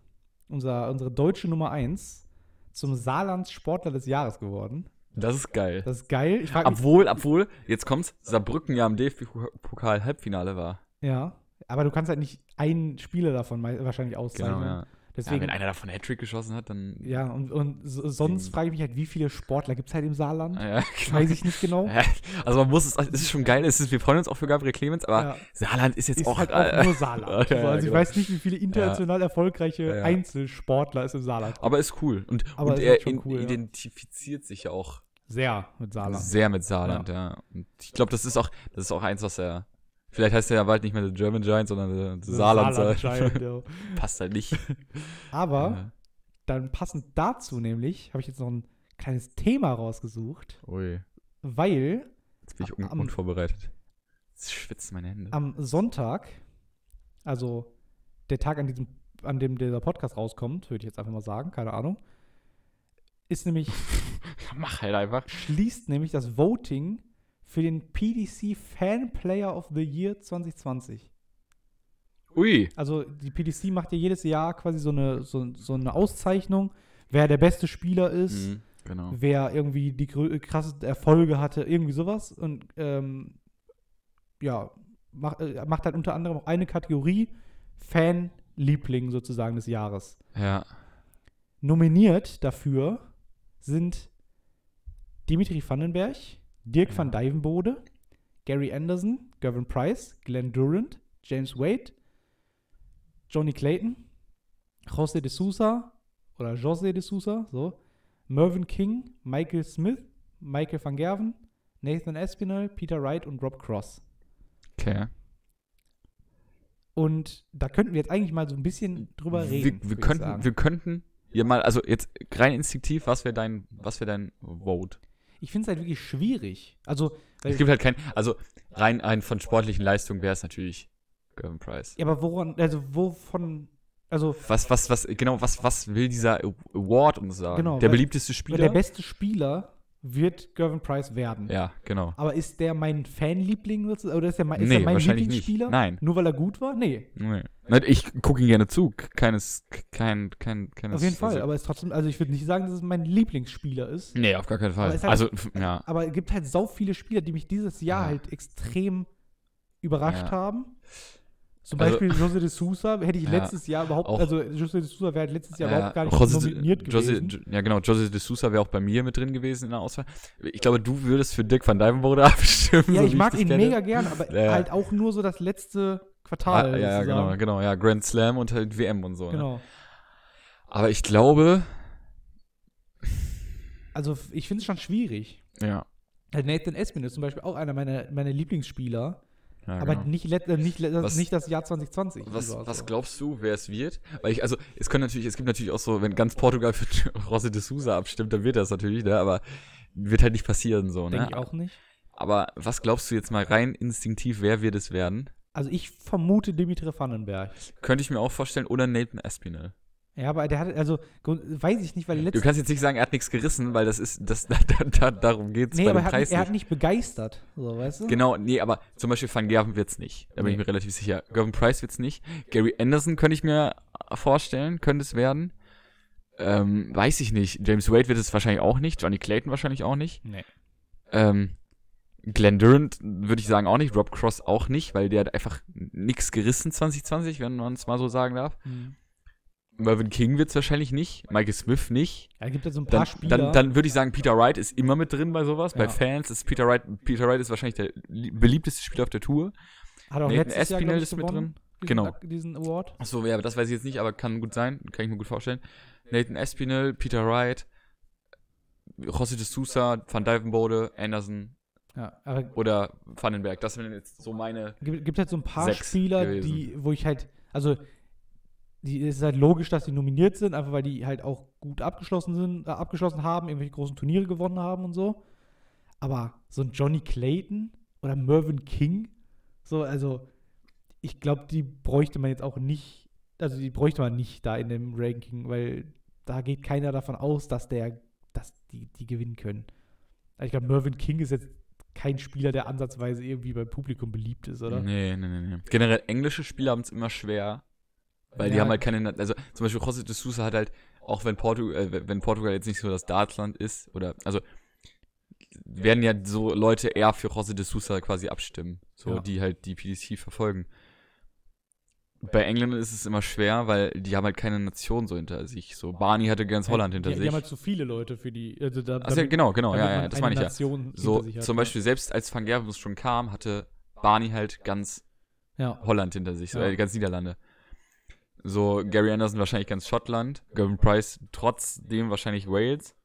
unser, unsere deutsche Nummer 1, zum Saarlands Sportler des Jahres geworden.
Das ist geil.
Das ist geil. Ich frage mich,
Obwohl, obwohl, jetzt kommt's, Saarbrücken ja im DFB-Pokal-Halbfinale war.
ja, aber du kannst halt nicht einen Spieler davon mei- wahrscheinlich auszeichnen.
Genau, ja. ja.
Deswegen,
Wenn
Genau, ja,
einer davon Hattrick geschossen hat, dann.
und, und so,
Hm.
sonst frage ich mich halt, wie viele Sportler gibt es halt im Saarland?
Ja, genau.
Weiß ich nicht genau.
Ja, Also man muss es, es ist schon geil, es ist, wir freuen uns auch für Gabriel Clemens, aber
Ja.
Saarland ist jetzt
ist
auch,
halt
äh,
auch nur Saarland.
Ja, ja,
so, also ich
genau.
weiß nicht, wie viele international erfolgreiche
Ja, ja.
Einzelsportler es im Saarland gibt.
aber ist cool. Und,
Aber
und
ist
er
halt schon
in,
cool, ja.
identifiziert sich ja auch
Sehr mit Saarland.
sehr mit Saarland, ja. Und ich glaube, das ist auch, das ist auch eins, was er. Vielleicht heißt er ja bald nicht mehr The German Giant, sondern The Saarland.
Saarland ja.
Passt halt nicht.
Aber
Ja.
dann passend dazu nämlich habe ich jetzt noch ein kleines Thema rausgesucht,
Ui,
weil
jetzt bin ich un
Am-
unvorbereitet. Jetzt schwitzen meine Hände.
am Sonntag, also der Tag, an, diesem, an dem dieser Podcast rauskommt, würde ich jetzt einfach mal sagen, keine Ahnung, ist nämlich,
Mach halt einfach.
schließt nämlich das Voting für den PDC Fan Player of the Year 2020.
Ui.
Also die PDC macht ja jedes Jahr quasi so eine, so, so eine Auszeichnung, wer der beste Spieler ist,
Mhm, genau.
wer irgendwie die grö- krassesten Erfolge hatte, irgendwie sowas. Und ähm, ja, mach, äh, macht halt unter anderem auch eine Kategorie Fan-Liebling sozusagen des Jahres.
Ja.
Nominiert dafür sind Dimitri Vandenberg, Dirk
Ja.
van Dijvenbode, Gary Anderson, Gavin Price, Glenn Durant, James Wade, Johnny Clayton, José de Sousa oder José de Sousa, so, Mervyn King, Michael Smith, Michael van Gerven, Nathan Espinel, Peter Wright und Rob Cross.
Okay.
Und da könnten wir jetzt eigentlich mal so ein bisschen drüber reden.
Wir,
würd
wir,
ich
könnten,
sagen.
wir könnten ja mal, also jetzt rein instinktiv, was wäre dein, was wäre dein Vote?
ich finde es halt wirklich schwierig. Also, weil-
Es gibt halt kein, also rein, rein von sportlichen Leistungen wäre es natürlich Gervin Price.
ja, aber woran, also wovon, also
Was, was, was, genau, was, was will dieser Award uns sagen?
Genau,
der
weil-
beliebteste Spieler?
der beste Spieler wird Gervin Price werden.
ja, genau.
Aber ist der mein Fanliebling sozusagen? Oder ist der mein, ist
Nee,
der mein
wahrscheinlich nicht.
Lieblingsspieler?
Nein.
Nur weil er gut war? Nee,
Nee. Na, Ich gucke ihn gerne zu. Keines, kein, kein, keines.
auf jeden Fall.
also-
aber es ist trotzdem, also ich würde nicht sagen, dass es mein Lieblingsspieler ist.
nee, auf gar keinen Fall.
Aber ist halt-
also, pf, ja.
Aber es gibt halt so viele Spieler, die mich dieses Jahr
Ja.
halt extrem überrascht
Ja.
haben. Zum
Also-
Beispiel José de Sousa hätte ich
Ja.
letztes Jahr überhaupt,
Auch-
also José de Sousa wäre halt letztes Jahr überhaupt gar nicht
José-
nominiert
José-
gewesen.
Jo- ja, genau. Jose de Sousa wäre auch bei mir mit drin gewesen in der Auswahl. Ich glaube, du würdest für Dirk van Dijvenbode abstimmen.
ja,
so
ich
wie
mag
dich
ihn
kenne.
mega gern, aber
Ja.
halt auch nur so das letzte Quartal.
Ah, ja, ja,
sozusagen.
genau, genau. Ja, Grand Slam und halt WM und so. Ne?
Genau.
Aber ich glaube,
Also f- ich finde es schon schwierig.
ja.
Halt Nathan Esmin ist zum Beispiel auch einer meiner, meiner Lieblingsspieler,
ja
aber
genau.
nicht, let, äh, nicht, let, das-
Was-
nicht das Jahr 2020.
Was,
Also,
was glaubst du, wer es wird? Weil ich, also, es können natürlich, es gibt natürlich auch so, wenn ganz Portugal für José de Sousa abstimmt, dann wird das natürlich, ne? Aber wird halt nicht passieren, so,
Denke
ne?
ich auch nicht.
Aber was glaubst du jetzt mal rein instinktiv, wer wird es werden?
Also ich vermute Dimitri Vandenberg.
Könnte ich mir auch vorstellen, oder Nathan Espinel.
Ja, aber der hat, also grund- weiß ich nicht, weil
Du
letztes
kannst jetzt nicht sagen, er hat nichts gerissen, weil das ist, das, da, da, da, darum geht's
Nee,
bei
aber
dem
er hat,
Preis
er hat
nicht.
nicht begeistert, so, weißt du?
Genau, nee, aber zum Beispiel Van Gerven wird's nicht. Da bin ich
Hm? Nee.
mir relativ sicher. Gervin Price wird's nicht. Gary Anderson könnte ich mir äh, vorstellen, könnte es werden. Ähm, weiß ich nicht. James Wade wird es wahrscheinlich auch nicht. Johnny Clayton wahrscheinlich auch nicht.
Nee.
Ähm, Glenn Durant würde ich sagen auch nicht. Rob Cross auch nicht, weil der hat einfach nichts gerissen 2020, wenn man es mal so sagen darf.
Hm.
Mervyn King wird's wahrscheinlich nicht. Michael Smith nicht.
Ja, gibt ja so ein paar
Dann,
Spieler.
dann, dann würde ich sagen, Peter Wright ist immer mit drin bei sowas. Bei
Ja.
Fans ist Peter Wright, Peter Wright ist wahrscheinlich der li- beliebteste Spieler auf der Tour.
hat auch
Nathan
letztes Jahr,
Espinel
glaub ich,
ist mit
gewonnen,
drin.
Diesen,
Genau.
Ak- Diesen Award.
Achso, ja, aber das weiß ich jetzt nicht, aber kann gut sein, kann ich mir gut vorstellen. Nathan Espinel, Peter Wright, José de Sousa, Van Dijvenbode, Anderson
Ja, aber
oder Vandenberg. Das sind jetzt so meine.
gibt, gibt halt so ein paar
Sechs
Spieler,
gewesen.
die, wo ich halt, also die, es ist halt logisch, dass die nominiert sind, einfach weil die halt auch gut abgeschlossen sind, äh, abgeschlossen haben, irgendwelche großen Turniere gewonnen haben und so. Aber so ein Johnny Clayton oder Mervyn King, so, also ich glaube, die bräuchte man jetzt auch nicht, also die bräuchte man nicht da in dem Ranking, weil da geht keiner davon aus, dass der, dass die, die gewinnen können. Also ich glaube, Mervyn King ist jetzt kein Spieler, der ansatzweise irgendwie beim Publikum beliebt ist, oder?
Nee, nee, nee, nee. Generell englische Spieler haben es immer schwer, weil die
Ja.
haben halt keine. Also zum Beispiel José de Sousa hat halt, auch wenn, Portu äh, wenn Portugal jetzt nicht so das Dartsland ist, oder. Also werden ja so Leute eher für José de Sousa quasi abstimmen, so
Ja.
die halt die PDC verfolgen. Bei England ist es immer schwer, weil die haben halt keine Nation so hinter sich. So Barney hatte ganz Holland hinter
die,
sich.
Die haben halt zu viele Leute für die. Also da,
Ach ja, genau, genau, ja, ja, das meine ich ja.
Nation
So,
hinter sich hat,
zum
ja.
Beispiel, selbst als Van Gerven schon kam, hatte Barney halt ganz
Ja.
Holland hinter sich, so,
Ja.
äh, ganz Niederlande. So, Gary Anderson wahrscheinlich ganz Schottland, Gavin Price trotzdem wahrscheinlich Wales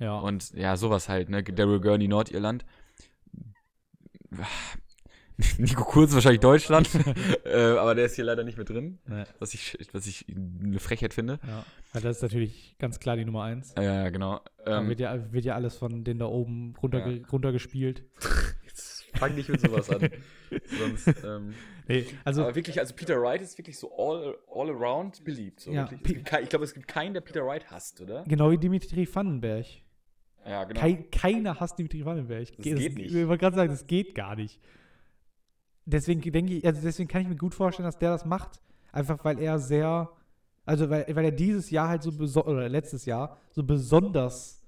ja.
und ja, sowas halt, ne? Daryl Gurney Nordirland. Nico Kurz wahrscheinlich Deutschland, äh, aber der ist hier leider nicht mit drin,
Nee.
was ich, was ich eine Frechheit finde.
ja. Also das ist natürlich ganz klar die Nummer eins.
Ja, ja, genau.
da
Ähm,
wird ja, wird ja alles von denen da oben runterge runtergespielt.
jetzt fang nicht mit sowas an. Sonst, ähm,
Nee, also,
aber wirklich, also Peter Wright ist wirklich so all, all around beliebt. So
Ja,
wirklich.
Pe-
Es gibt kein- ich glaube, es gibt keinen, der Peter Wright hasst, oder?
genau wie Dimitri Vandenberg.
Ja, genau.
Kei, keiner hasst Dimitri Vandenberg.
Das geht nicht.
Ich wollte gerade sagen, das geht gar nicht. Deswegen denke ich, also deswegen kann ich mir gut vorstellen, dass der das macht. Einfach weil er sehr, also weil, weil er dieses Jahr halt so beso- oder letztes Jahr so besonders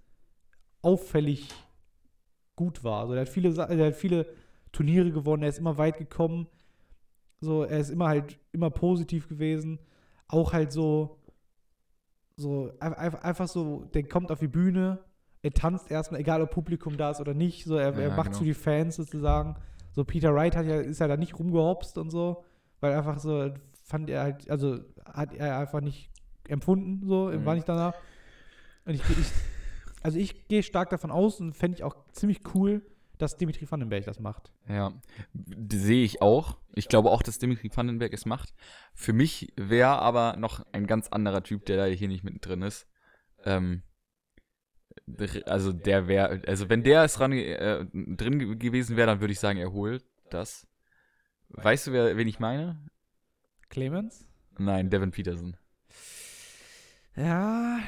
auffällig gut war. Also er hat viele, Sa- er hat viele Turniere gewonnen, er ist immer weit gekommen. So, er ist immer halt immer positiv gewesen. Auch halt so, so ein- ein- einfach so, der kommt auf die Bühne, er tanzt erstmal, egal ob Publikum da ist oder nicht. So, er, er
Ja,
macht
genau.
so die Fans sozusagen. So Peter Wright hat ja, ist ja da nicht rumgehopst und so, weil einfach so fand er halt, also hat er einfach nicht empfunden, so
Mhm.
war nicht danach. Und ich, ich also ich gehe stark davon aus und fände ich auch ziemlich cool, dass Dimitri Vandenberg das macht.
Ja, die sehe ich auch. Ich glaube auch, dass Dimitri Vandenberg es macht. Für mich wäre aber noch ein ganz anderer Typ, der da hier nicht mittendrin ist. Ähm, dr- also der wäre, also wenn der es ran, äh, drin ge- gewesen wäre, dann würde ich sagen, er holt das. Weißt du, wer, wen ich meine?
Clemens?
Nein, Devin Peterson.
Ja.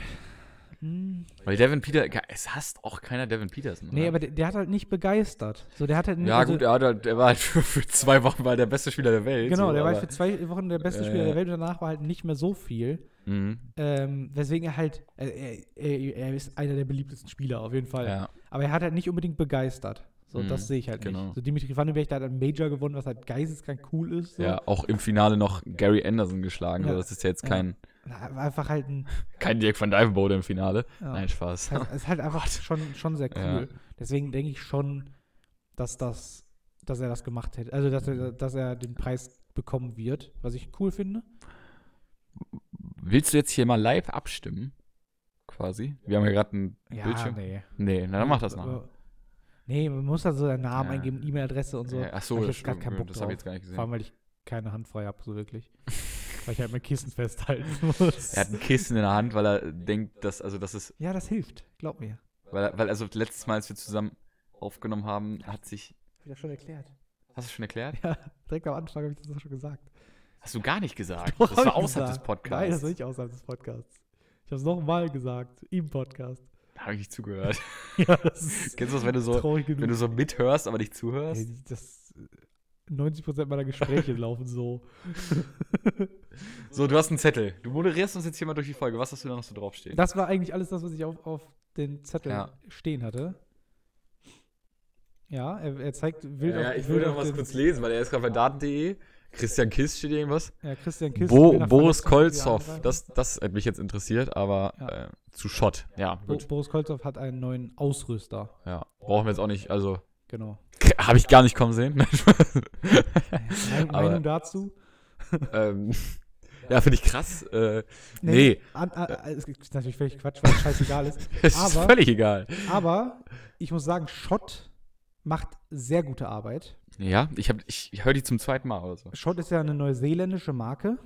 Hm.
Weil Devin Peterson, es hasst auch keiner Devin Peterson.
Nee,
oder?
aber der, der hat halt nicht begeistert. So, der hat halt
ja, gut, er, hat halt, er war halt für, für zwei Wochen war der beste Spieler der Welt.
Genau,
so,
der war halt
aber-
für zwei Wochen der beste
Äh.
Spieler der Welt und danach war halt nicht mehr so viel.
Mhm,
Ähm, weswegen er halt, äh, er, er, er ist einer der beliebtesten Spieler auf jeden Fall.
ja.
Aber er hat halt nicht unbedingt begeistert. So,
Mhm,
das sehe ich halt
genau.
nicht. So, Dimitri Vandenberg, der hat einen Major gewonnen, was halt geisteskrank cool ist. So.
ja, auch im Finale noch Gary Anderson geschlagen.
Ja.
So, das ist ja jetzt
Ja.
kein,
Na, War einfach halt ein.
kein Dirk van Dijvenbode im Finale.
Ja.
Nein, Spaß.
Es ist halt- es ist halt einfach schon, schon sehr cool. Deswegen denke ich schon, dass das, dass er das gemacht hätte. Also, dass er, dass er den Preis bekommen wird, was ich cool finde.
Willst du jetzt hier mal live abstimmen? Quasi. Wir haben ja gerade einen Bildschirm.
nee.
Nee, na, dann mach das nachher.
Äh, Nee, man muss da so seinen Namen
Ja.
eingeben, E-Mail-Adresse und so.
Äh, Ach so,
Hab ich
das,
jetzt grad keinen Bock
das habe ich jetzt
drauf.
gar nicht
Vor
gesehen.
allem, weil ich keine Hand frei habe, so wirklich. weil ich halt mein Kissen festhalten muss.
Er hat ein Kissen in der Hand, weil er denkt, dass, also das ist,
Ja, das hilft, glaub mir.
weil, er- weil also letztes Mal, als wir zusammen aufgenommen haben, hat sich,
Hab ich das schon erklärt.
hast du schon erklärt?
Ja, direkt am Anfang habe ich das doch schon gesagt.
Hast du gar nicht gesagt.
Doch,
das
hab
war
ich
außerhalb
gesagt.
des Podcasts.
Nein, das war nicht außerhalb des Podcasts. Ich habe es nochmal gesagt, im Podcast.
Da habe ich nicht zugehört.
Ja, das ist
Kennst du das, wenn du so,
traurig genug.
wenn du so mithörst, aber nicht zuhörst?
Ey, das, 90% äh, meiner Gespräche laufen so.
So, du hast einen Zettel. Du moderierst uns jetzt hier mal durch die Folge. Was hast du da noch so draufstehen?
Das war eigentlich alles das, was ich auf, auf den Zettel
Ja.
stehen hatte. Ja, er, er zeigt wild auf, wild auf den-
lesen, weil er ist gerade bei daten.de. Christian Kiss steht irgendwas.
Ja, Christian Kiss.
Bo
will nach
Boris
Verletzungen wieder
Kolzow,
angreifen.
das, das hat mich jetzt interessiert, aber
Ja.
äh, zu Schott. Ja,
Bo
gut.
Boris Kolzow hat einen neuen Ausrüster.
Ja. Brauchen wir jetzt auch nicht, also
Genau.
habe ich gar nicht kommen sehen.
Meine
Aber-
Meinung dazu?
ähm, ja, finde ich krass. Äh, nee,
An, an, an, es ist natürlich völlig Quatsch, weil es scheißegal ist.
es ist
Aber-
völlig egal.
Aber ich muss sagen, Schott macht sehr gute Arbeit.
Ja, ich, hab- ich, ich höre die zum zweiten Mal oder so.
Schott ist ja eine neuseeländische Marke,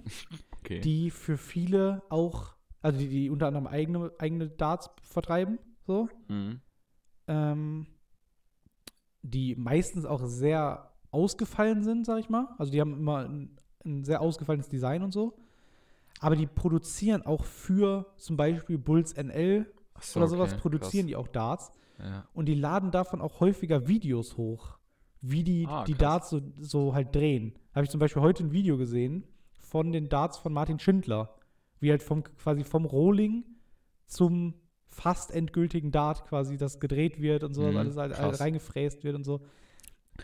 Okay.
die für viele auch, also die, die unter anderem eigene, eigene Darts vertreiben, so.
mhm.
Ähm, die meistens auch sehr ausgefallen sind, sag ich mal. Also die haben immer ein, ein sehr ausgefallenes Design und so. Aber die produzieren auch für zum Beispiel Bulls NL
Ach so,
oder sowas,
okay,
produzieren
krass.
die auch Darts.
Ja.
Und die laden davon auch häufiger Videos hoch, wie die
Ah,
die Darts
krass.
so, so halt drehen. Da habe ich zum Beispiel heute ein Video gesehen von den Darts von Martin Schindler, wie halt vom, quasi vom Rolling zum fast endgültigen Dart quasi das gedreht wird und sowas,
Mhm,
alles halt,
krass.
halt reingefräst wird und so.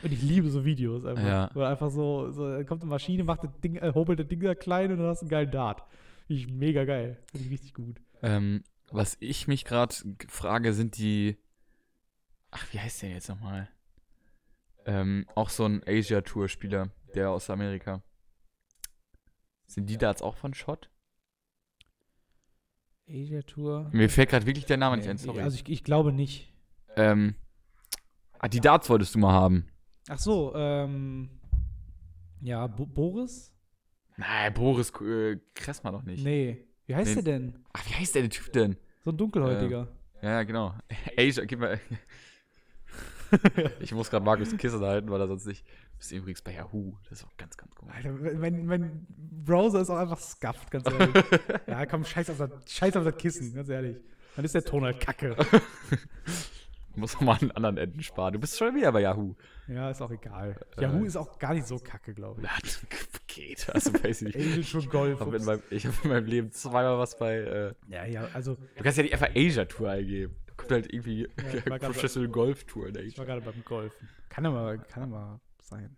Und ich liebe so Videos einfach.
Ja.
Wo einfach so, so da kommt eine Maschine, macht das Ding, äh, hobelt das Ding da klein und dann hast du einen geilen Dart. Finde ich mega geil. Finde ich richtig gut.
Ähm, was ich mich gerade frage, sind die. Ach, wie heißt der jetzt nochmal? Ähm, auch so ein Asia-Tour-Spieler, der aus Amerika. Sind die da jetzt auch von Schott?
Asia Tour.
Mir fällt gerade wirklich der Name nicht
Nee,
ein, sorry.
also ich, ich glaube nicht.
ähm, ah, die Darts wolltest du mal haben.
Ach so, ähm. Ja, Bo Boris?
Nein, Boris äh, Kressmer doch nicht.
Nee. Wie heißt
Nee.
der denn?
Ach, wie heißt der, der Typ denn?
So ein dunkelhäutiger.
Ja, ja, genau. Asia, gib mal. ich muss gerade Markus Kissen halten, weil er sonst nicht. Du bist übrigens bei Yahoo. Das ist auch ganz, ganz komisch.
Alter, mein, mein Browser ist auch einfach scuffed, ganz ehrlich. ja, komm, scheiß auf, das, scheiß auf das Kissen, ganz ehrlich. Dann ist der Ton halt kacke.
Muss auch mal an anderen Enden sparen. Du bist schon wieder bei Yahoo.
Ja, ist auch egal.
Äh.
Yahoo ist auch gar nicht so kacke, glaube ich.
Na, geht. Also, weiß ich nicht.
Angel schon Golf.
Ich habe in,
ups.
meinem- ich hab in meinem Leben zweimal was bei. Äh,
Ja, ja, also
du kannst ja nicht einfach Asia Tour eingeben. Da kommt halt irgendwie
ich war grad
Professional Golf Tour in
ich
Asia.
war gerade beim Golfen. Kann aber, kann aber sein.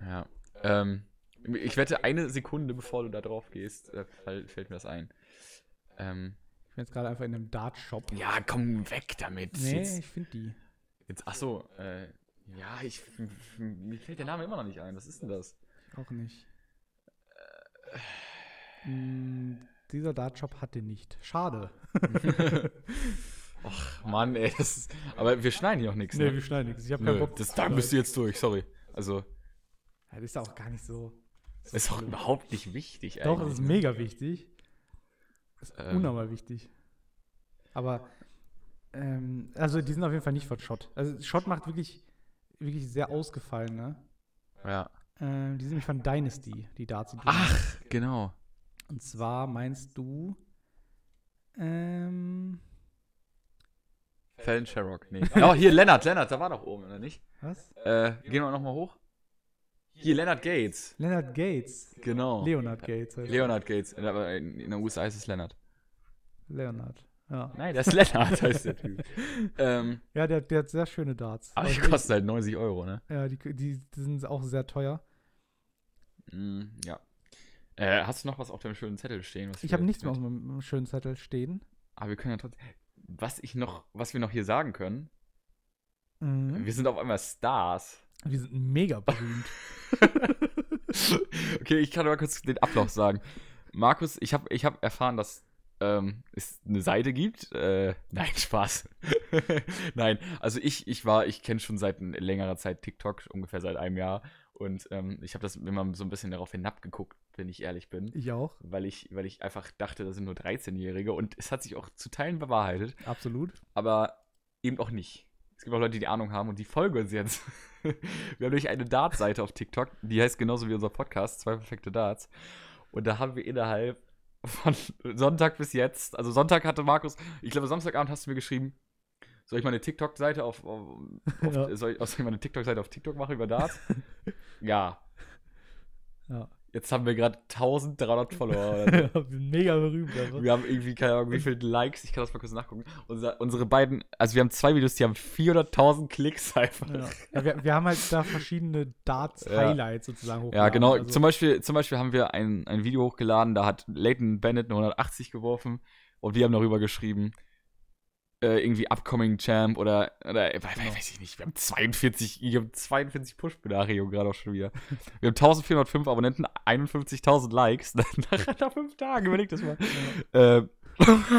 Ja. Ähm, ich wette, eine Sekunde bevor du da drauf gehst, äh, fall- fällt mir das ein. Ähm,
Ich bin jetzt gerade einfach in einem Dart-Shop.
ja, komm weg damit.
Nee,
Jetzt,
ich finde die.
jetzt, ach so. Äh, ja, ich, mir fällt der Name immer noch nicht ein. Was ist denn das?
Auch nicht. Mm, dieser Dartshop hat den nicht. Schade.
Och, Mann, ey. Das ist, aber wir schneiden hier auch nichts.
Nee,
Ne?
wir schneiden nichts. Ich habe keinen
Nö,
Bock.
das, da müsst ihr jetzt durch, sorry. Also,
Ja, Das ist auch gar nicht so.
das ist auch überhaupt nicht wichtig
Doch, das ist
ne?
mega wichtig. Das ist
Ähm.
unnormal wichtig. Aber Ähm, also die sind auf jeden Fall nicht von Schott. Also Schott macht wirklich, wirklich sehr ausgefallen, ne?
Ja.
Ähm, die sind nämlich von Dynasty, die da zu tun. haben.
Ach, genau.
Und zwar meinst du, ähm,
Fallon Sherrock. Nee. Oh, hier Leonard, Leonard, da war doch oben, oder nicht?
was?
Äh, gehen wir nochmal hoch. Hier Leonard Gates.
Leonard Gates.
Genau.
Leonard Gates. heißt er.
Leonard Gates. In der, in der USA heißt es Leonard.
Leonard. Ja.
Nein, das ist Leonard, heißt der Typ. ähm,
Ja, der, der hat sehr schöne Darts.
aber die
Also ich-
kosten halt 90 Euro, ne?
Ja, die, die, die sind auch sehr teuer.
Mm, ja. Äh, hast du noch was auf deinem schönen Zettel stehen? Was
Ich
wir-
habe nichts mehr auf meinem meinem schönen Zettel stehen.
Aber wir können ja trotzdem. Was ich noch, was wir noch hier sagen können,
Mhm.
wir sind auf einmal Stars.
Wir sind mega berühmt.
okay, ich kann mal kurz den Ablauf sagen. Markus, ich habe ich hab erfahren, dass ähm, es eine Seite gibt. Äh, nein, Spaß. nein, also ich, ich war, ich kenne schon seit n- längerer Zeit TikTok, ungefähr seit einem Jahr. Und ähm, ich habe das immer so ein bisschen darauf hinabgeguckt, wenn ich ehrlich bin.
ich auch,
Weil ich, weil ich einfach dachte, das sind nur 13-Jährige und es hat sich auch zu Teilen bewahrheitet,
absolut.
aber eben auch nicht. Es gibt auch Leute, die Ahnung haben und die folgen uns jetzt. Wir haben nämlich eine Dart-Seite auf TikTok, die heißt genauso wie unser Podcast, zwei perfekte Darts. Und da haben wir innerhalb von Sonntag bis jetzt, also Sonntag hatte Markus, ich glaube Samstagabend hast du mir geschrieben, soll ich meine TikTok-Seite auf, auf, auf
Ja.
soll, ich, soll ich meine TikTok-Seite auf TikTok machen über Darts? ja.
Ja.
Jetzt haben wir gerade 1300 Follower oder so.
wir sind mega berühmt. einfach.
Wir haben irgendwie, keine Ahnung, wie viele Likes, ich kann das mal kurz nachgucken. Unser, unsere beiden, also wir haben zwei Videos, die haben 400.000 Klicks einfach. Ja,
Ja. Ja, wir, wir haben halt da verschiedene Darts-Highlights sozusagen hochgeladen.
genau.
Also,
Zum, Beispiel, zum Beispiel haben wir ein, ein Video hochgeladen, da hat Leighton Bennett eine 180 geworfen und wir haben darüber geschrieben, äh, irgendwie Upcoming Champ oder, oder äh, we- we- weiß ich nicht, wir haben 42, wir haben 42 Push-Benachrichtigungen gerade auch schon wieder. Wir haben 1405 Abonnenten, 51.000 Likes nach, nach fünf Tagen, überleg das mal. Ähm,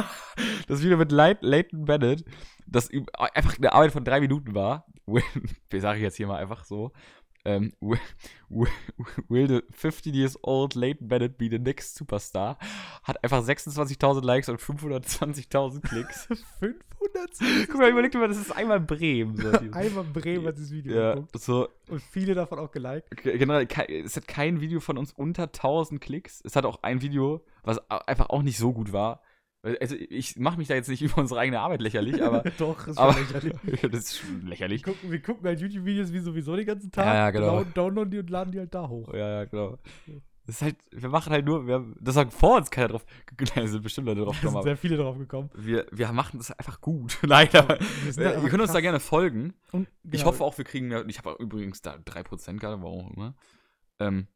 das Video mit Leit- Leighton Bennett, das üb- einfach eine Arbeit von drei Minuten war. Will- Wir sage ich jetzt hier mal einfach so. Ähm, will, will, will the 15 years old Leighton Bennett be the next superstar? Hat einfach 26.000 Likes und 520.000 Klicks.
500
Guck mal, überleg dir mal, das ist einmal Bremen. So dieses-
einmal Bremen hat dieses Video
ja,
geguckt
so,
und viele davon auch geliked.
Ge- Generell, kei- es hat kein Video von uns unter 1000 Klicks. Es hat auch ein Video, was au- einfach auch nicht so gut war. Also ich mache mich da jetzt nicht über unsere eigene Arbeit lächerlich, aber,
Doch, ist
aber
schon lächerlich.
das ist schon lächerlich.
Wir gucken, wir gucken halt YouTube-Videos wie sowieso den ganzen Tag.
Ja, ja, genau.
down- Downloaden die und laden die halt da hoch.
Ja, ja, genau. Das ist halt, wir machen halt nur, wir haben, das sagt vor uns keiner drauf. genau, Da sind bestimmt Leute drauf
Da sind
gekommen, aber
sehr viele drauf gekommen.
wir, wir machen das einfach gut. Nein, aber
Wir sind
äh,
halt
ihr
einfach
könnt uns da
krass.
gerne folgen.
Und,
Ich
genau,
hoffe auch, wir kriegen mehr. Ich habe übrigens da 3% gerade, warum auch immer. Ähm,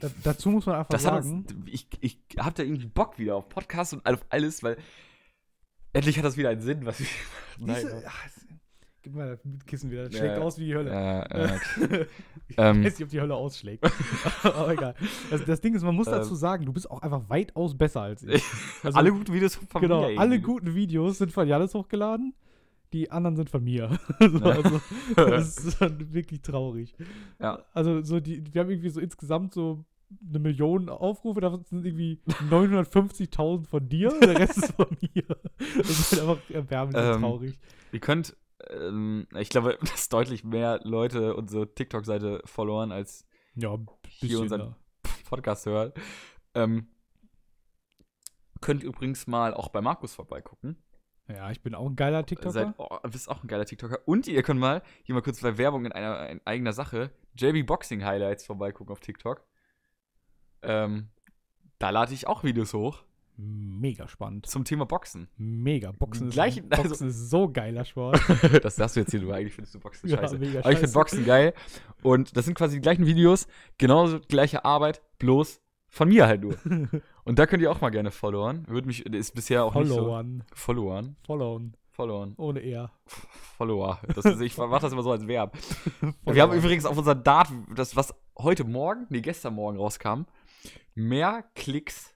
Da, dazu muss man einfach
Das hat
sagen,
uns, ich ich habe da irgendwie Bock wieder auf Podcasts und auf alles, weil endlich hat das wieder einen Sinn, was wir
diese,
Nein,
ach, es- gib mal das Kissen wieder, das
Ja,
schlägt
ja.
aus wie die Hölle.
äh, äh,
ich
ähm.
weiß nicht, ob die Hölle ausschlägt. Aber egal. Das, das Ding ist, man muss
Ähm.
dazu sagen, du bist auch einfach weitaus besser als ich. Also,
alle guten Videos von
genau,
mir
alle
irgendwie.
guten Videos sind von Janis hochgeladen, die anderen sind von mir. so, also, das ist dann wirklich traurig.
Ja.
Also so die, wir haben irgendwie so insgesamt so eine Million Aufrufe, davon sind irgendwie 950.000 von dir, der Rest ist von mir. Das ist halt einfach erbärmlich
Ähm.
und traurig.
Ihr könnt, ähm, ich glaube, dass deutlich mehr Leute unsere TikTok-Seite followern als
Ja, ein
Hier
bisschen.
unser-
ja.
Podcast hören. Ähm, könnt übrigens mal auch bei Markus vorbeigucken.
ja, ich bin auch ein geiler TikToker.
Seid, oh, bist auch ein geiler TikToker. Und ihr könnt mal hier mal kurz bei Werbung in einer in eigener Sache JB Boxing Highlights vorbeigucken auf TikTok. Ähm, da lade ich auch Videos hoch
Mega spannend.
zum Thema Boxen.
Mega. Boxen,
Gleich-
ist,
also-
Boxen ist so geiler Sport.
das darfst du jetzt hier, du eigentlich findest du Boxen
Ja,
scheiße.
mega
Aber ich finde
scheiße.
Boxen geil. Und das sind quasi die gleichen Videos, genauso gleiche Arbeit, bloß von mir halt nur. Und da könnt ihr auch mal gerne followern. Würde mich, ist bisher auch
Followern.
nicht so. Followern.
Followen.
Followern.
Ohne er.
Follower. Das ist, ich mache das immer so als Verb. Wir
Genau.
haben übrigens auf unser Dart, das, was heute Morgen, nee, gestern Morgen rauskam, mehr Klicks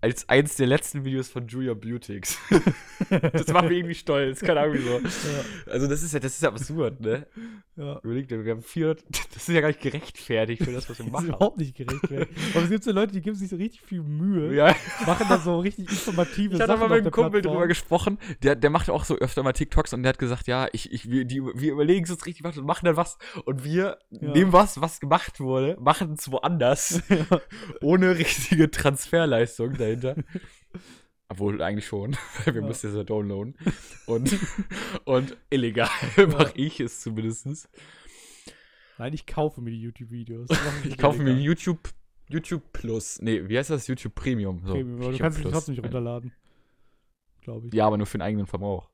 als eins der letzten Videos von Julia Beautix. das macht mich irgendwie stolz, keine Ahnung wieso. Also das ist ja, das ist ja absurd, ne?
Ja.
Überlegt, wir haben 400, das ist ja gar nicht gerechtfertigt für das, was wir
Das ist
machen.
überhaupt nicht gerechtfertigt. Aber es gibt so Leute, die geben sich so richtig viel Mühe,
Ja,
machen da so richtig informative
ich
Sachen.
hatte mal
auf
mit einem
der
Kumpel
Plattform.
drüber gesprochen, der, der macht auch so öfter mal TikToks und der hat gesagt, ja, ich, ich, wir, die, wir überlegen es uns richtig, was und machen dann was und wir
Ja.
nehmen was, was gemacht wurde, machen es woanders, ohne richtige Transferleistung dahinter. Obwohl eigentlich schon, weil wir
Ja.
mussten es ja downloaden. Und, und illegal mache ich es zumindest.
Nein, ich kaufe mir die YouTube-Videos.
Ich kaufe mir YouTube, YouTube Plus. Nee, wie heißt das? YouTube Premium. So,
Premium, aber du
YouTube
kannst sie
Plus.
trotzdem nicht runterladen. Glaube ich.
Ja, aber nur für den eigenen Verbrauch.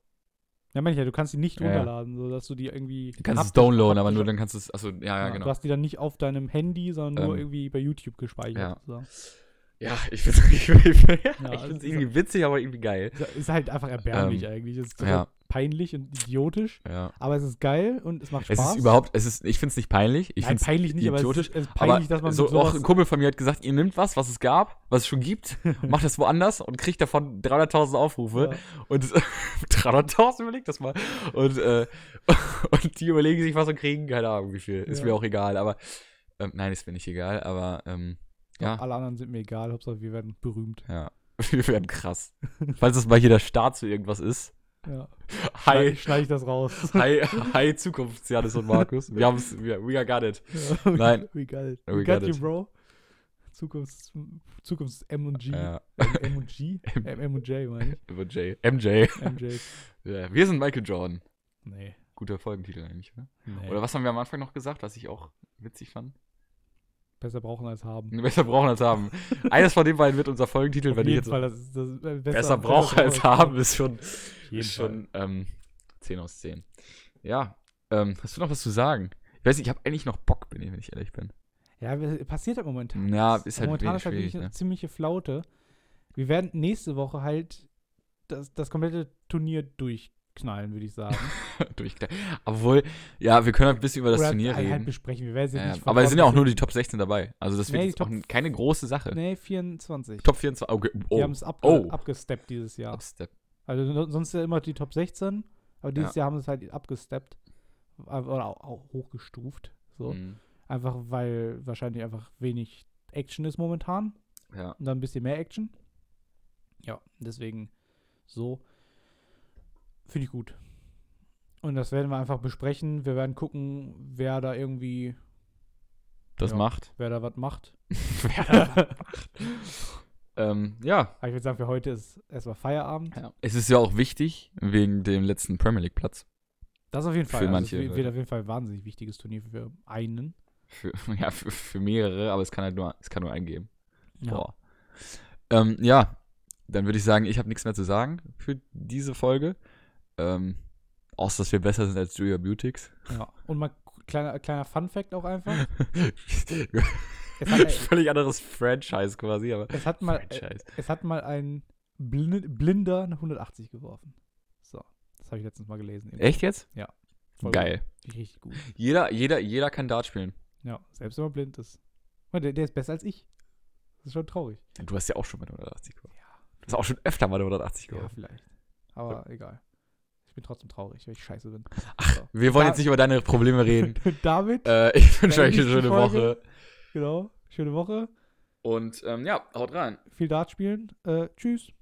Ja, meine ich ja, du kannst sie nicht
Ja, ja.
runterladen, sodass du die irgendwie.
Du kannst es
haptisch-
downloaden, aber
haptisch-
nur dann kannst du es. Achso, ja, ja,
Du
genau.
hast die dann nicht auf deinem Handy, sondern nur
Ähm,
irgendwie bei YouTube gespeichert.
ja.
So.
Ja, ich find's ich find, ja,
Ja,
ich
es
find's
ist
irgendwie witzig, aber irgendwie geil.
Ist- Ist halt einfach erbärmlich
Ähm,
eigentlich. Es ist
ja.
total peinlich und idiotisch,
Ja.
aber es ist geil und es macht Spaß.
Es ist überhaupt, es ist, ich find's nicht peinlich. Ich
Nein,
find's
peinlich nicht,
idiotisch,
aber es ist, es ist
aber
peinlich, dass man
so,
mit
auch
sowas,
ein Kumpel von mir hat gesagt, ihr nimmt was, was es gab, was es schon gibt, macht das woanders und kriegt davon 300.000 Aufrufe. Und 300.000 überlegt das mal. Und, äh, und die überlegen sich was und kriegen, keine Ahnung wie viel. Ist
Ja.
mir auch egal, aber ähm, nein, ist mir nicht egal, aber ähm,
ja.
ja.
Alle anderen sind mir egal, Hauptsache wir werden berühmt.
Ja, wir werden krass. Falls das mal hier der Start zu irgendwas ist.
Ja.
Hi,
Schneide schneid ich das raus.
hi, hi Zukunftsjanis und Markus. Wir haben's, wir, we got it.
Ja, we-
Nein.
We got it.
We
We
got
got you,
it.
bro. Zukunfts, Zukunfts M und G.
Ja,
M und G? M, M und J, meine ich.
MJ. MJ.
MJ.
Ja, wir sind Michael Jordan.
Nee.
Guter Folgentitel eigentlich, oder?
nee.
Oder was haben wir am Anfang noch gesagt, was ich auch witzig fand?
Besser brauchen als haben.
Besser brauchen als haben. Eines von den beiden wird unser Folgentitel, wenn ich jetzt
Fall, das ist das ist, äh, besser,
besser brauche als haben, ist schon,
Auf jeden
ist schon ähm, 10 aus 10. Ja, ähm, hast du noch was zu sagen? Ich weiß nicht, ich habe eigentlich noch Bock, bin ich, wenn ich ehrlich bin.
Fall. Ja, wir- passiert halt momentan.
Ja,
nichts.
ist halt
momentan
wenig
ist halt
schwierig,
wirklich eine
ne?
ziemliche Flaute. Wir werden nächste Woche halt das, das komplette Turnier durchknallen, würde ich sagen.
Durchkle Obwohl, ja, wir können halt ein bisschen über das
Oder
Turnier
halt, halt
reden.
besprechen. Wir werden es jetzt
Ja,
nicht von
aber es
vorn
sind ja auch
bis
nur die Top 16 dabei. Also das wird
Nee,
jetzt
die
auch
Top-
n- keine große Sache.
hinten- Nee, 24.
Top 24. Okay. Oh,
Wir haben es abge
Oh.
abgesteppt dieses Jahr.
Upstep.
Also no- sonst ja immer die Top 16, aber dieses Jahr haben sie es halt abgesteppt. äh, Oder auch, auch hochgestuft. So.
Mhm.
Einfach weil wahrscheinlich einfach wenig Action ist momentan.
Ja.
Und dann ein bisschen mehr Action. Ja, deswegen so. Finde ich gut. Und das werden wir einfach besprechen. Wir werden gucken, wer da irgendwie,
Das
Ja.
macht.
wer da was macht.
ähm, ja.
Aber ich würde sagen, für heute ist erstmal Feierabend.
ja. Es ist ja auch wichtig, wegen dem letzten Premier League Platz.
Das auf jeden Fall.
Für
also
manche
es wird
Leute.
auf jeden Fall ein wahnsinnig wichtiges Turnier für einen.
Für, ja, für, für mehrere, aber es kann halt nur, es kann nur einen geben.
Ja.
Boah. Ähm, ja, dann würde ich sagen, ich habe nichts mehr zu sagen für diese Folge. Ähm, außer, dass wir besser sind als Julia Beautix.
Ja. Und mal kleiner, kleiner Fun-Fact auch einfach. Es hat,
Völlig anderes Franchise quasi, aber.
es hat, mal,
Franchise.
es hat mal ein Blind, Blinder eine 180 geworfen. So, das habe ich letztens mal gelesen.
Echt jetzt?
Voll
Geil.
gut. Richtig gut.
Jeder, jeder, jeder kann Dart spielen.
Ja, selbst wenn man blind ist. Guck mal, Der, der ist besser als ich. Das ist schon traurig.
Du hast ja auch schon mal 180 geworfen.
Ja.
Du hast auch schon öfter mal 180
Ja,
geworfen.
vielleicht. Aber egal. Ich bin trotzdem traurig, weil ich scheiße bin.
Wir wollen
Da-
jetzt nicht über deine Probleme reden.
Und damit,
äh, ich wünsche
Dann
euch eine
ist die
schöne
Folge.
Woche.
genau, schöne Woche.
Und ähm, ja, haut rein.
Viel Dart spielen. Äh, tschüss.